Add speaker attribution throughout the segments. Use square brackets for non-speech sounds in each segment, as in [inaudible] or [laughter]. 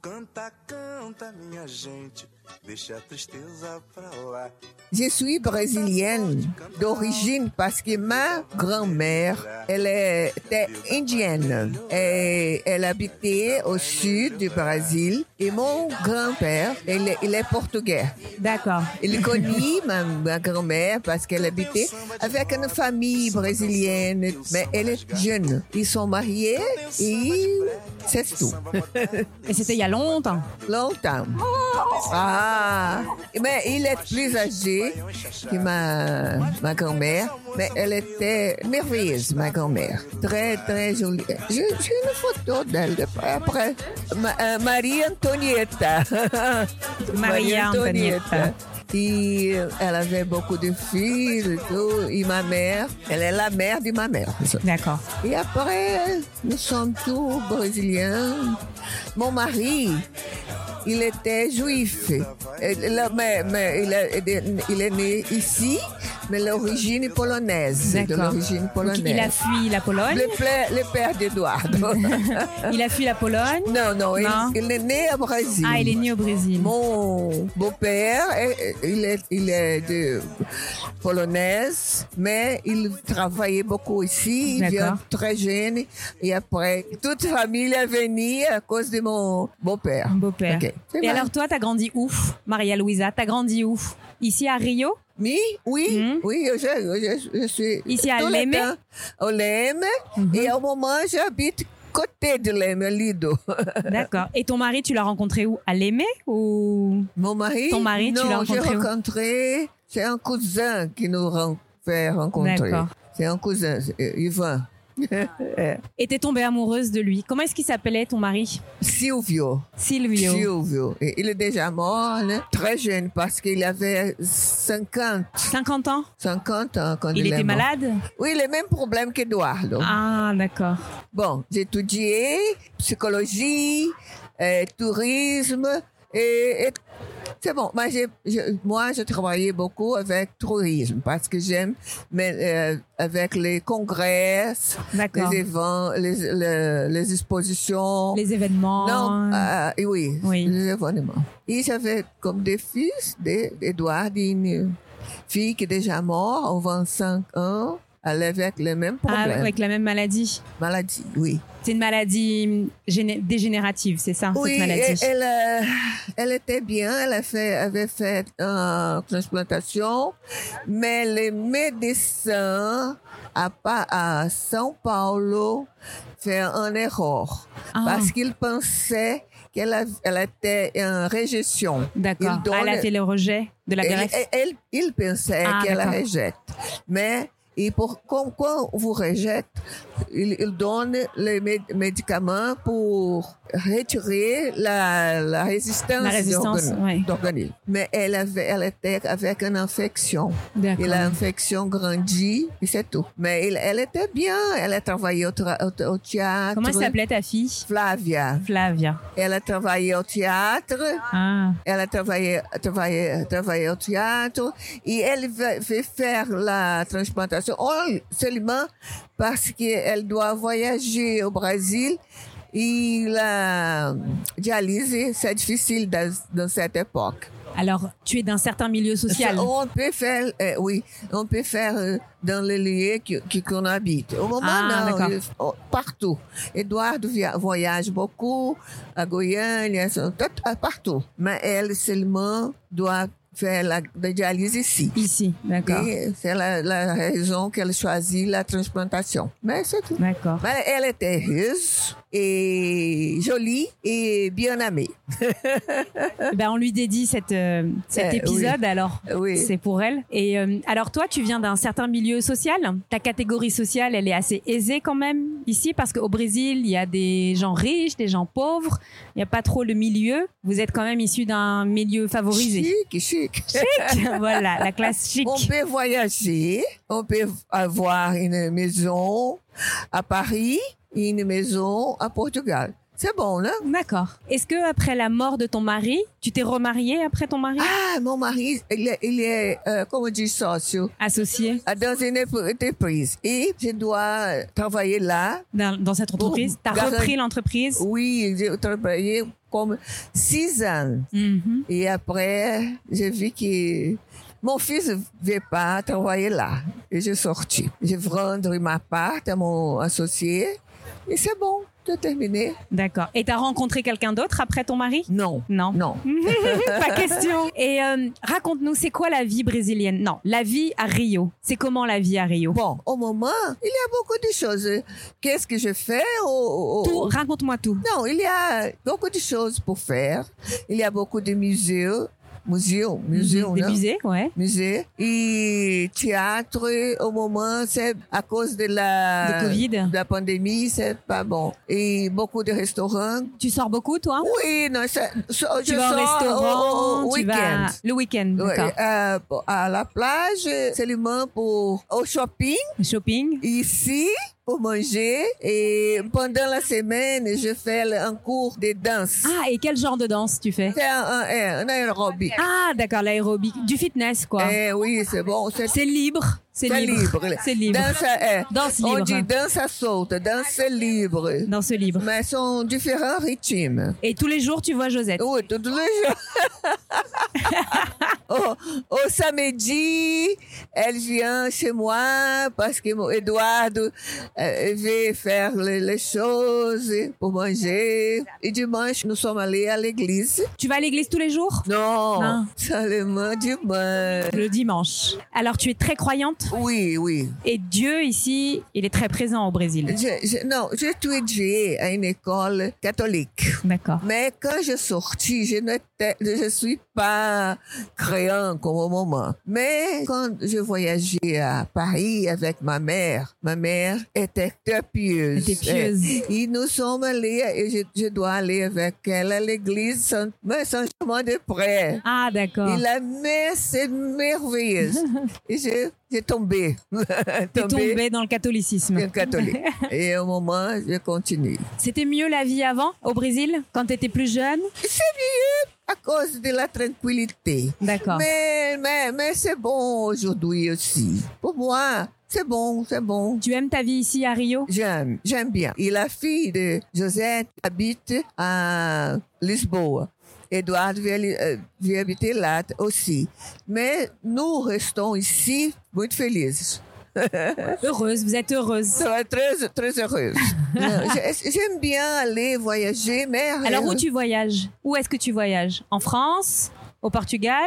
Speaker 1: Canta, canta, minha gente, deixa a tristeza pra là.
Speaker 2: Je suis brésilienne d'origine parce que ma grand-mère, elle était indienne et elle habitait au sud du Brésil. Et mon grand-père, il, est- il est portugais.
Speaker 3: D'accord.
Speaker 2: Il connaît ma, ma grand-mère parce qu'elle habitait avec une famille brésilienne, mais elle est jeune. Ils sont mariés
Speaker 1: um
Speaker 2: et c'est tout.
Speaker 3: Et c'était il y a longtemps.
Speaker 2: Longtemps. Ah, mais il est plus âgé que ma, ma grand-mère, mais elle était merveilleuse, ma grand-mère. Très, très jolie. J'ai j'ai une photo d'elle de- après. Ma- euh, Maria Antonietta.
Speaker 3: Maria Antonietta.
Speaker 2: Et elle avait beaucoup de filles et tout. Et ma mère, elle est la mère de ma mère.
Speaker 3: D'accord.
Speaker 2: Et après, nous sommes tous brésiliens. Mon mari, il était juif. Et là, mais, mais il, est, il est né ici, mais l'origine polonaise. De
Speaker 3: D'accord.
Speaker 2: l'origine
Speaker 3: Donc,
Speaker 2: polonaise.
Speaker 3: il a fui la Pologne.
Speaker 2: le, pla- le père
Speaker 3: [laughs]
Speaker 2: d'Eduardo.
Speaker 3: Il a fui la Pologne.
Speaker 2: Euh, non, non, il-
Speaker 3: Non.
Speaker 2: Il, est né au Brésil.
Speaker 3: Ah, il est né au Brésil.
Speaker 2: Mon beau-père, eh, eh, il est, il est de polonaise, mais il travaillait beaucoup ici, il vient
Speaker 3: D'accord.
Speaker 2: très jeune. Et après, toute famille est venue à cause de mon beau-père.
Speaker 3: Mon Beau-père.
Speaker 2: Ok. C'est
Speaker 3: Et
Speaker 2: vrai.
Speaker 3: alors, toi, t'as grandi où, Maria Luisa T'as grandi où Ici à Rio
Speaker 2: [laughs] Mais oui,
Speaker 3: Mhm.
Speaker 2: oui, je, je- je suis.
Speaker 3: Ici à
Speaker 2: tout le
Speaker 3: Leme? Mhm.
Speaker 2: temps Au Leme. Et au moment, j'habite côté de Leme, à Lido. [laughs]
Speaker 3: D'accord. Et ton mari, tu l'as rencontré où À l'aimer ou
Speaker 2: Mon mari.
Speaker 3: Ton mari, tu
Speaker 2: non,
Speaker 3: l'as
Speaker 2: j'ai
Speaker 3: rencontré où
Speaker 2: rencontré. C'est un cousin qui nous ren- fait rencontrer.
Speaker 3: D'accord.
Speaker 2: C'est un cousin, c'est- euh, Yvan.
Speaker 3: Et t'es tombée amoureuse de lui. Comment est-ce qu'il s'appelait ton mari
Speaker 2: Silvio.
Speaker 3: Silvio.
Speaker 2: Silvio. Et il est déjà mort, né? très jeune, parce qu'il avait 50,
Speaker 3: 50 ans
Speaker 2: 50 ans quand il,
Speaker 3: Il
Speaker 2: est hein.
Speaker 3: était
Speaker 2: mort.
Speaker 3: malade
Speaker 2: Oui, les mêmes problèmes qu'Eduardo.
Speaker 3: Ah, d'accord.
Speaker 2: Bon, j'ai étudié psychologie, euh, tourisme, et, et c'est bon. Moi, j'ai, je, moi, je travaillais beaucoup avec tourisme parce que j'aime, mais euh, avec les congrès,
Speaker 3: D'accord.
Speaker 2: les
Speaker 3: Les,
Speaker 2: événements, les, le- les expositions.
Speaker 3: événements.
Speaker 2: non, ah, et oui,
Speaker 3: Oui.
Speaker 2: les événements. Et j'avais comme des fils de- d'Edouard, une fille qui est déjà morte, en 25 ans, elle avait avec les mêmes
Speaker 3: Ah,
Speaker 2: problèmes.
Speaker 3: avec la même maladie.
Speaker 2: Maladie, oui.
Speaker 3: C'est une maladie géné- dégénérative, c'est ça,
Speaker 2: Oui,
Speaker 3: cette maladie
Speaker 2: et- elle, euh, elle était bien, elle a fait, avait fait euh, une transplantation, mais les médecins à, Pa- à São Paulo fait un erreur
Speaker 3: Ah.
Speaker 2: parce qu'ils pensaient qu'elle a- elle était en réjection.
Speaker 3: D'accord.
Speaker 2: Ils donnent-
Speaker 3: Ah, elle a fait le rejet de la
Speaker 2: Elle-
Speaker 3: greffe.
Speaker 2: elle- elle- ils pensaient
Speaker 3: Ah,
Speaker 2: qu'elle la
Speaker 3: d'accord.
Speaker 2: rejette. Mais et pour, quand, quand on vous rejette, ils il donnent les mé- médicaments pour retirer la, la résistance,
Speaker 3: La résistance,
Speaker 2: d'organi-
Speaker 3: ouais.
Speaker 2: d'organisme. Mais elle, avait, elle était avec une infection.
Speaker 3: D'accord.
Speaker 2: Et l'infection grandit, et c'est tout. Mais il- elle était bien. Elle a travaillé au, tra- au- au théâtre.
Speaker 3: Comment elle s'appelait ta fille
Speaker 2: Flavia.
Speaker 3: Flavia.
Speaker 2: Elle a travaillé au théâtre.
Speaker 3: Ah,
Speaker 2: Ela travaillait, travaillait, travaillait au théâtre et elle va- veut faire la transplantation oh, seulement parce qu'elle doit voyager au Brésil et la dialyse, c'est difficile dans, dans cette époque.
Speaker 3: alors tu es d'un certain milieu social.
Speaker 2: On peut faire, euh, oui, on peut faire euh, dans les lieux qui- qui- qu'on habite. Au moment,
Speaker 3: Ah,
Speaker 2: non,
Speaker 3: d'accord.
Speaker 2: il- oh, partout. Eduardo via- voyage beaucoup à Goiânia, à- tout- à ah, partout. Mais elle seulement doit faire la, la dialyse ici.
Speaker 3: Ici, d'accord.
Speaker 2: Et C'est la, la raison qu'elle choisit la transplantation. Mais c'est tout.
Speaker 3: D'accord.
Speaker 2: Mais elle était heureuse et jolie et bien aimée.
Speaker 3: Ben, on lui dédie cette, euh, cet
Speaker 2: Eh,
Speaker 3: épisode alors.
Speaker 2: Oui.
Speaker 3: C'est pour elle. Et euh, alors toi, tu viens d'un certain milieu social. Ta catégorie sociale, elle est assez aisée quand même ici parce qu'au Brésil, il y a des gens riches, des gens pauvres. Il n'y a pas trop le milieu. Vous êtes quand même issu d'un milieu favorisé.
Speaker 2: Chic, chic.
Speaker 3: [laughs] voilà, la classe chic.
Speaker 2: On peut voyager, on peut avoir une maison à Paris et une maison à Portugal. C'est bon, non?
Speaker 3: D'accord. Est-ce que après la mort de ton mari, tu t'es remariée après ton mari
Speaker 2: Ah, mon mari, il est, il est euh, comme on dit, socio
Speaker 3: associé
Speaker 2: euh, dans une ép- entreprise. Et je dois travailler là.
Speaker 3: dans, dans cette entreprise T'as
Speaker 2: Garin-
Speaker 3: repris l'entreprise
Speaker 2: Oui, j'ai travaillé comme six ans.
Speaker 3: Mhm.
Speaker 2: Et après, j'ai vu que mon fils ne veut pas travailler là. Et j'ai sorti. J'ai vendu ma part à mon associé. Et c'est bon, c'est terminé.
Speaker 3: D'accord. Et t'as rencontré quelqu'un d'autre après ton mari
Speaker 2: Non.
Speaker 3: [laughs] Non.
Speaker 2: Non.
Speaker 3: Pas question. Et euh, raconte-nous, c'est quoi la vie brésilienne Non, la vie à Rio. C'est comment la vie à Rio
Speaker 2: Bon, au moment, il y a beaucoup é de choses. Qu'est-ce que je fais au- au-
Speaker 3: Tout,
Speaker 2: au-
Speaker 3: raconte-moi tout.
Speaker 2: Non, il y a beaucoup é de choses pour faire. Il y a beaucoup é de musées. Musées, musées,
Speaker 3: Des
Speaker 2: non?
Speaker 3: musées, ouais.
Speaker 2: musée et théâtre au moment c'est à cause é de la
Speaker 3: De Covid.
Speaker 2: de la pandémie c'est pas bon et beaucoup de restaurants
Speaker 3: Tu sors beaucoup, toi
Speaker 2: oui non ça, ça-
Speaker 3: Tu
Speaker 2: je
Speaker 3: vas au
Speaker 2: sors
Speaker 3: restaurant,
Speaker 2: au, au- au
Speaker 3: tu
Speaker 2: week-end
Speaker 3: vas le oh, week-end,
Speaker 2: Ouais,
Speaker 3: d'accord.
Speaker 2: euh, pour- à la plage seulement pour au shopping
Speaker 3: Shopping.
Speaker 2: ici pour manger et pendant la semaine je fais le- un cours de danse
Speaker 3: Ah, et quel genre de danse tu fais
Speaker 2: c'est un, un, un aérobic
Speaker 3: Ah, d'accord, l'aérobic, du fitness, quoi.
Speaker 2: Eh oui c'est bon c'est
Speaker 3: C'est libre, c'est
Speaker 2: C'est
Speaker 3: libre,
Speaker 2: libre.
Speaker 3: c'est libre.
Speaker 2: Danse, é.
Speaker 3: Danse
Speaker 2: On
Speaker 3: libre.
Speaker 2: dit danse solta, danse livre.
Speaker 3: Danse libre.
Speaker 2: Mais sont différents rythmes.
Speaker 3: Et tous les jours, tu vois Josette.
Speaker 2: Oui, tous les [laughs] jours. au, au samedi, elle vient chez moi parce que mon Eduardo euh, veut faire les, les choses pour manger. Et dimanche, nous sommes allés à l'église.
Speaker 3: Tu vas à l'église tous les jours
Speaker 2: Non,
Speaker 3: Ah.
Speaker 2: seulement dimanche.
Speaker 3: Le dimanche. Alors, tu es très croyante
Speaker 2: Oui, oui.
Speaker 3: et Dieu, ici, il est très présent au Brésil.
Speaker 2: Je- je- non, j'ai étudié à une école catholique.
Speaker 3: D'accord.
Speaker 2: Mais quand je sortis, je n'étais, je suis pas créant comme au moment. Mais quand je voyageais à Paris avec ma mère, ma mère était très pieuse.
Speaker 3: Était pieuse.
Speaker 2: Eh, Et nous sommes allés, et je, je dois aller avec elle à l'église, Saint- mais sans chemin de près.
Speaker 3: Ah, d'accord.
Speaker 2: Et la messe est
Speaker 3: [laughs]
Speaker 2: merveilleuse. et je, j'ai tombé. [laughs]
Speaker 3: T'es tombée dans le catholicisme.
Speaker 2: Bien
Speaker 3: [laughs]
Speaker 2: catholique. Et au moment, je continue.
Speaker 3: C'était mieux la vie avant, au Brésil, quand t'étais plus jeune
Speaker 2: C'est mieux à cause de la tranquillité.
Speaker 3: D'accord.
Speaker 2: Mais, mais, mais c'est bon aujourd'hui aussi. Pour moi, c'est bon, c'est bon.
Speaker 3: Tu aimes ta vie ici à Rio
Speaker 2: J'aime, j'aime bien. Et la fille de Josette habite à Lisboa. Edouard veut, aller- euh, veut habiter là aussi. Mais nous restons ici muito felizes.
Speaker 3: Heureuse, vous êtes heureuse.
Speaker 2: Ça va être très, très
Speaker 3: [laughs]
Speaker 2: heureuse. Je- J'aime bien aller voyager, mais...
Speaker 3: Alors où tu voyages Où est-ce que tu voyages En France Au Portugal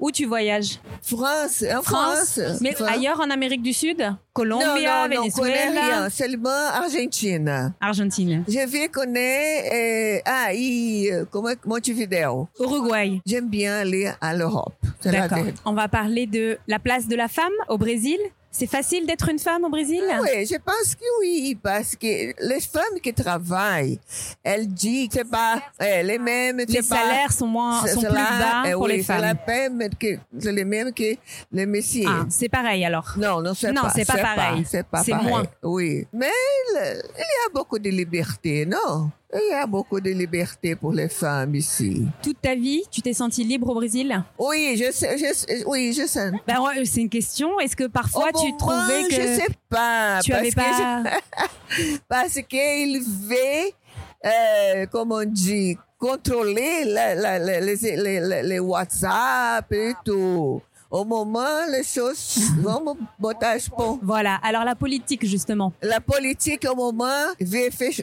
Speaker 3: Où tu voyages
Speaker 2: France, en France.
Speaker 3: Mais
Speaker 2: Fran-
Speaker 3: ailleurs en Amérique du Sud
Speaker 2: Non,
Speaker 3: Colombia,
Speaker 2: non, non, hein. connais
Speaker 3: Venezuela,
Speaker 2: rien. Seulement Argentine.
Speaker 3: Argentine,
Speaker 2: Je vais connaître euh, ah, et, euh, comment, Montevideo.
Speaker 3: Uruguay.
Speaker 2: J'aime bien aller à l'Europe. C'est la
Speaker 3: D'accord.
Speaker 2: vérité.
Speaker 3: On va parler de la place de la femme au Brésil. C'est facile d'être une femme au Brésil
Speaker 2: Oui, je pense que oui, parce que les femmes qui travaillent, elles disent que c'est pas eh, les mêmes,
Speaker 3: Les
Speaker 2: c'est pas-
Speaker 3: salaires sont moins
Speaker 2: c'est-
Speaker 3: sont
Speaker 2: c'est
Speaker 3: plus
Speaker 2: la-
Speaker 3: bas
Speaker 2: eh
Speaker 3: pour
Speaker 2: oui,
Speaker 3: les
Speaker 2: C'est la
Speaker 3: femmes.
Speaker 2: même que c'est les mêmes que les messieurs.
Speaker 3: Ah, c'est pareil alors.
Speaker 2: Non, non, c'est
Speaker 3: Non,
Speaker 2: pas,
Speaker 3: c'est pas pareil.
Speaker 2: C'est pas
Speaker 3: C'est
Speaker 2: pareil.
Speaker 3: moins.
Speaker 2: Oui. Mais le- il y a beaucoup de liberté, non? Il y a beaucoup de liberté pour les femmes ici.
Speaker 3: Toute ta vie, tu t'es sentie libre au Brésil
Speaker 2: Oui, je sais, je sais- oui, je sais.
Speaker 3: Ben ouais, c'est une question. Est-ce que
Speaker 2: Au
Speaker 3: parfois tu
Speaker 2: moment,
Speaker 3: trouvais que
Speaker 2: Oh, ben, Je sais pas.
Speaker 3: tu
Speaker 2: parce
Speaker 3: avais
Speaker 2: que
Speaker 3: pas
Speaker 2: je- parce qu'il veut, euh, comment on dit, contrôler la- la- la- les, les- les- les WhatsApp et tout. Au moment, les choses vont botage pont.
Speaker 3: Voilà. Alors la politique justement.
Speaker 2: La politique, au moment, veut fer-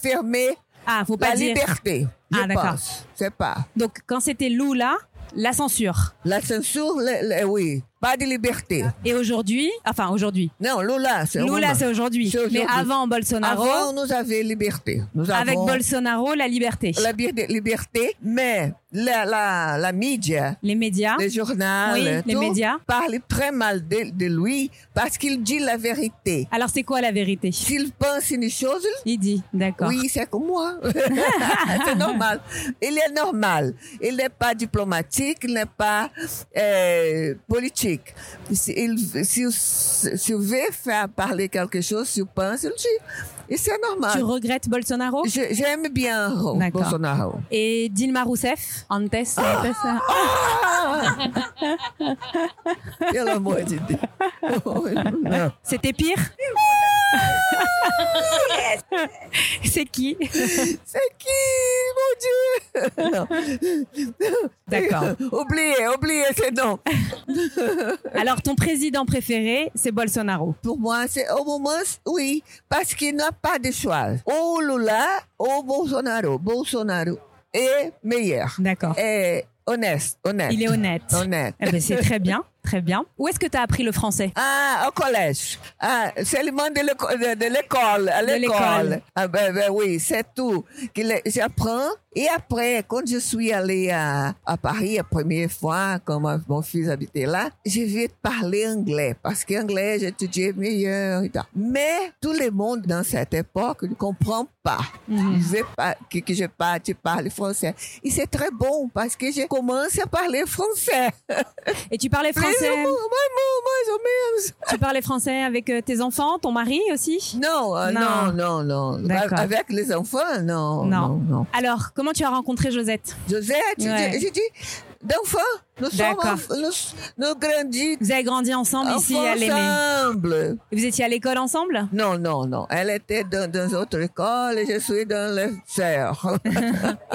Speaker 2: fermer
Speaker 3: Ah, faut pas
Speaker 2: la
Speaker 3: dire.
Speaker 2: liberté. Je
Speaker 3: Ah, d'accord.
Speaker 2: pense. C'est pas.
Speaker 3: Donc quand c'était Lula, la censure.
Speaker 2: La censure, le- le- oui. Pas de liberté.
Speaker 3: Et aujourd'hui, enfin aujourd'hui,
Speaker 2: Non, Lula, c'est au
Speaker 3: Ah. Lula
Speaker 2: moment.
Speaker 3: c'est aujourd'hui,
Speaker 2: C'est aujourd'hui.
Speaker 3: mais avant Bolsonaro,
Speaker 2: Avant, nous avions liberté. Nous
Speaker 3: avec
Speaker 2: avons
Speaker 3: Bolsonaro la liberté,
Speaker 2: la bi- liberté, mais la, la, la média,
Speaker 3: les médias.
Speaker 2: les journaux,
Speaker 3: Ah. Oui, les
Speaker 2: tout,
Speaker 3: médias.
Speaker 2: parlent très mal de, de lui parce qu'il dit la vérité.
Speaker 3: Alors c'est quoi la vérité
Speaker 2: S'il pense une chose, il-
Speaker 3: Il dit, d'accord.
Speaker 2: oui, c'est comme
Speaker 3: [laughs]
Speaker 2: moi. [laughs] c'est normal. Il est normal. Il n'est pas diplomatique, il n'est pas euh, politique. Si- il- Si si vous veut faire parler quelque chose, si vous pensez, il dit. Et c'est normal.
Speaker 3: Tu regrettes Bolsonaro
Speaker 2: Je- J'aime bien Ro-
Speaker 3: D'accord.
Speaker 2: Bolsonaro.
Speaker 3: et Dilma Rousseff, Antes.
Speaker 2: Ah!
Speaker 3: hein.
Speaker 2: Pelo amor de Deus. Não.
Speaker 3: C'était pire. [laughs] c'est qui
Speaker 2: Isso aqui, meu Deus. Non.
Speaker 3: D'accord.
Speaker 2: [laughs] oubliez, oubliez ces noms.
Speaker 3: Alors, ton président préféré, c'est Bolsonaro.
Speaker 2: Pour moi, c'est au moment, oui, parce qu'il n'a pas de choix. Oh Ou Lula ou oh Bolsonaro. Bolsonaro est meilleur.
Speaker 3: D'accord.
Speaker 2: Et honnête, honnête.
Speaker 3: Il est honnête.
Speaker 2: Honnête.
Speaker 3: Eh ben, c'est très bien, très bien. Où est-ce que tu as appris le français
Speaker 2: Ah, au collège. Ah, seulement de l'éco- de- de l'école, à
Speaker 3: De l'école.
Speaker 2: l'école. Ah, ben, ben oui, c'est tout. que le- J'apprends. Et après, quand je suis allée à, à Paris la première fois, quand ma- mon fils habitait là, j'ai vite parlé anglais. Parce qu'anglais, j'étudiais meilleur et tout. Mais tout le monde dans cette époque ne comprend pas.
Speaker 3: Mhm.
Speaker 2: Je vais pas que, que je parle, tu parles français. Et c'est très bon parce que je commence à parler français.
Speaker 3: Et tu parlais français
Speaker 2: Mais, moi, moi, moi, je
Speaker 3: Tu parlais français avec euh, tes enfants, ton mari aussi
Speaker 2: Non, euh,
Speaker 3: Non.
Speaker 2: non, non, non.
Speaker 3: D'accord.
Speaker 2: Avec les enfants, non.
Speaker 3: Non.
Speaker 2: Non, non.
Speaker 3: Alors, comment tu as rencontré Josette
Speaker 2: Josette,
Speaker 3: Ouais.
Speaker 2: j'ai j'ai dit, d'enfants, nous sommes,
Speaker 3: D'accord.
Speaker 2: enf- nous, nous grandissons
Speaker 3: Vous avez grandi ensemble ici à l'Aimé.
Speaker 2: ensemble.
Speaker 3: Vous étiez à l'école ensemble
Speaker 2: Non, non, non. Elle était dans, dans une autre école et je suis dans les [laughs] sœurs.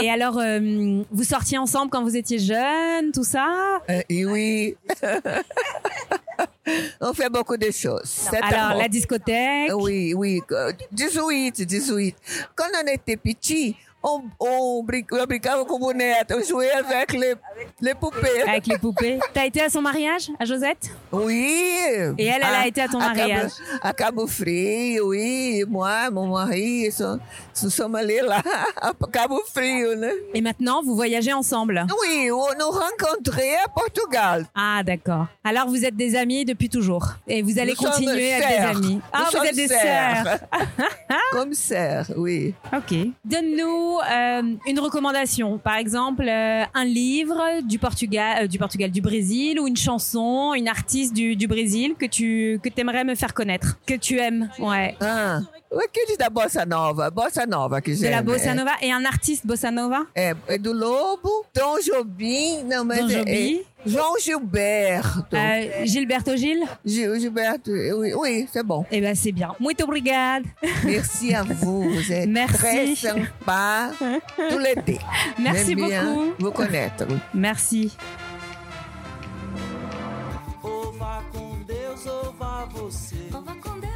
Speaker 3: Et alors, euh, vous sortiez ensemble quand vous étiez jeune, tout ça
Speaker 2: Euh, et
Speaker 3: [laughs]
Speaker 2: oui. On fait beaucoup de choses. C'est
Speaker 3: Alors,
Speaker 2: amour.
Speaker 3: la discothèque
Speaker 2: Oui, oui. euh, 18, 18. Quand on était petit, on, on, bri- on bricolait com boneca, on jouait avec les, les poupées.
Speaker 3: Avec les poupées. T'as été à son mariage, à Josette
Speaker 2: Oui.
Speaker 3: Et elle, elle a été à ton
Speaker 2: Cabo-
Speaker 3: mariage.
Speaker 2: à Cabo Frio, oui. Moi, mon mari, so- nous sommes allés [laughs] là, à Cabo Frio, né?
Speaker 3: Et maintenant, vous voyagez ensemble
Speaker 2: Oui, on nous rencontrait à é Portugal.
Speaker 3: Ah, d'accord. Alors, vous êtes des amis depuis toujours. Et vous allez
Speaker 2: Nous sommes
Speaker 3: continuer à être
Speaker 2: sœurs.
Speaker 3: des amis.
Speaker 2: Nous
Speaker 3: ah, vous
Speaker 2: sommes
Speaker 3: êtes des
Speaker 2: sœurs.
Speaker 3: sœurs.
Speaker 2: Comme sœurs, oui.
Speaker 3: Ok. Donne-nous euh, une recommandation. Par exemple, euh, un livre du Portugal, euh, du Portugal, du Brésil, ou une chanson, une artiste du, du Brésil que tu que aimerais me faire connaître. Que tu aimes. Ouais.
Speaker 2: Ah, o que diz da Bossa Nova? Bossa Nova que é?
Speaker 3: De
Speaker 2: já
Speaker 3: la bossa nova et un artiste bossa nova
Speaker 2: É, é do Lobo, Dom Jobim, não, mas
Speaker 3: Dom
Speaker 2: é-
Speaker 3: Jobim.
Speaker 2: é João Gilberto.
Speaker 3: Euh, Gilberto Gil
Speaker 2: Gil, Gilberto, oui, oui, c'est bon.
Speaker 3: Eh ben c'est bien. Muito obrigada.
Speaker 2: é Merci à vous, vous êtes
Speaker 3: Merci.
Speaker 2: très
Speaker 3: [laughs]
Speaker 2: sympa tout l'été.
Speaker 3: Merci
Speaker 2: J'aime bien
Speaker 3: beaucoup.
Speaker 2: vous connaître.
Speaker 3: Merci.
Speaker 4: Ou vá com Deus, ou vá você.
Speaker 5: Ou vá com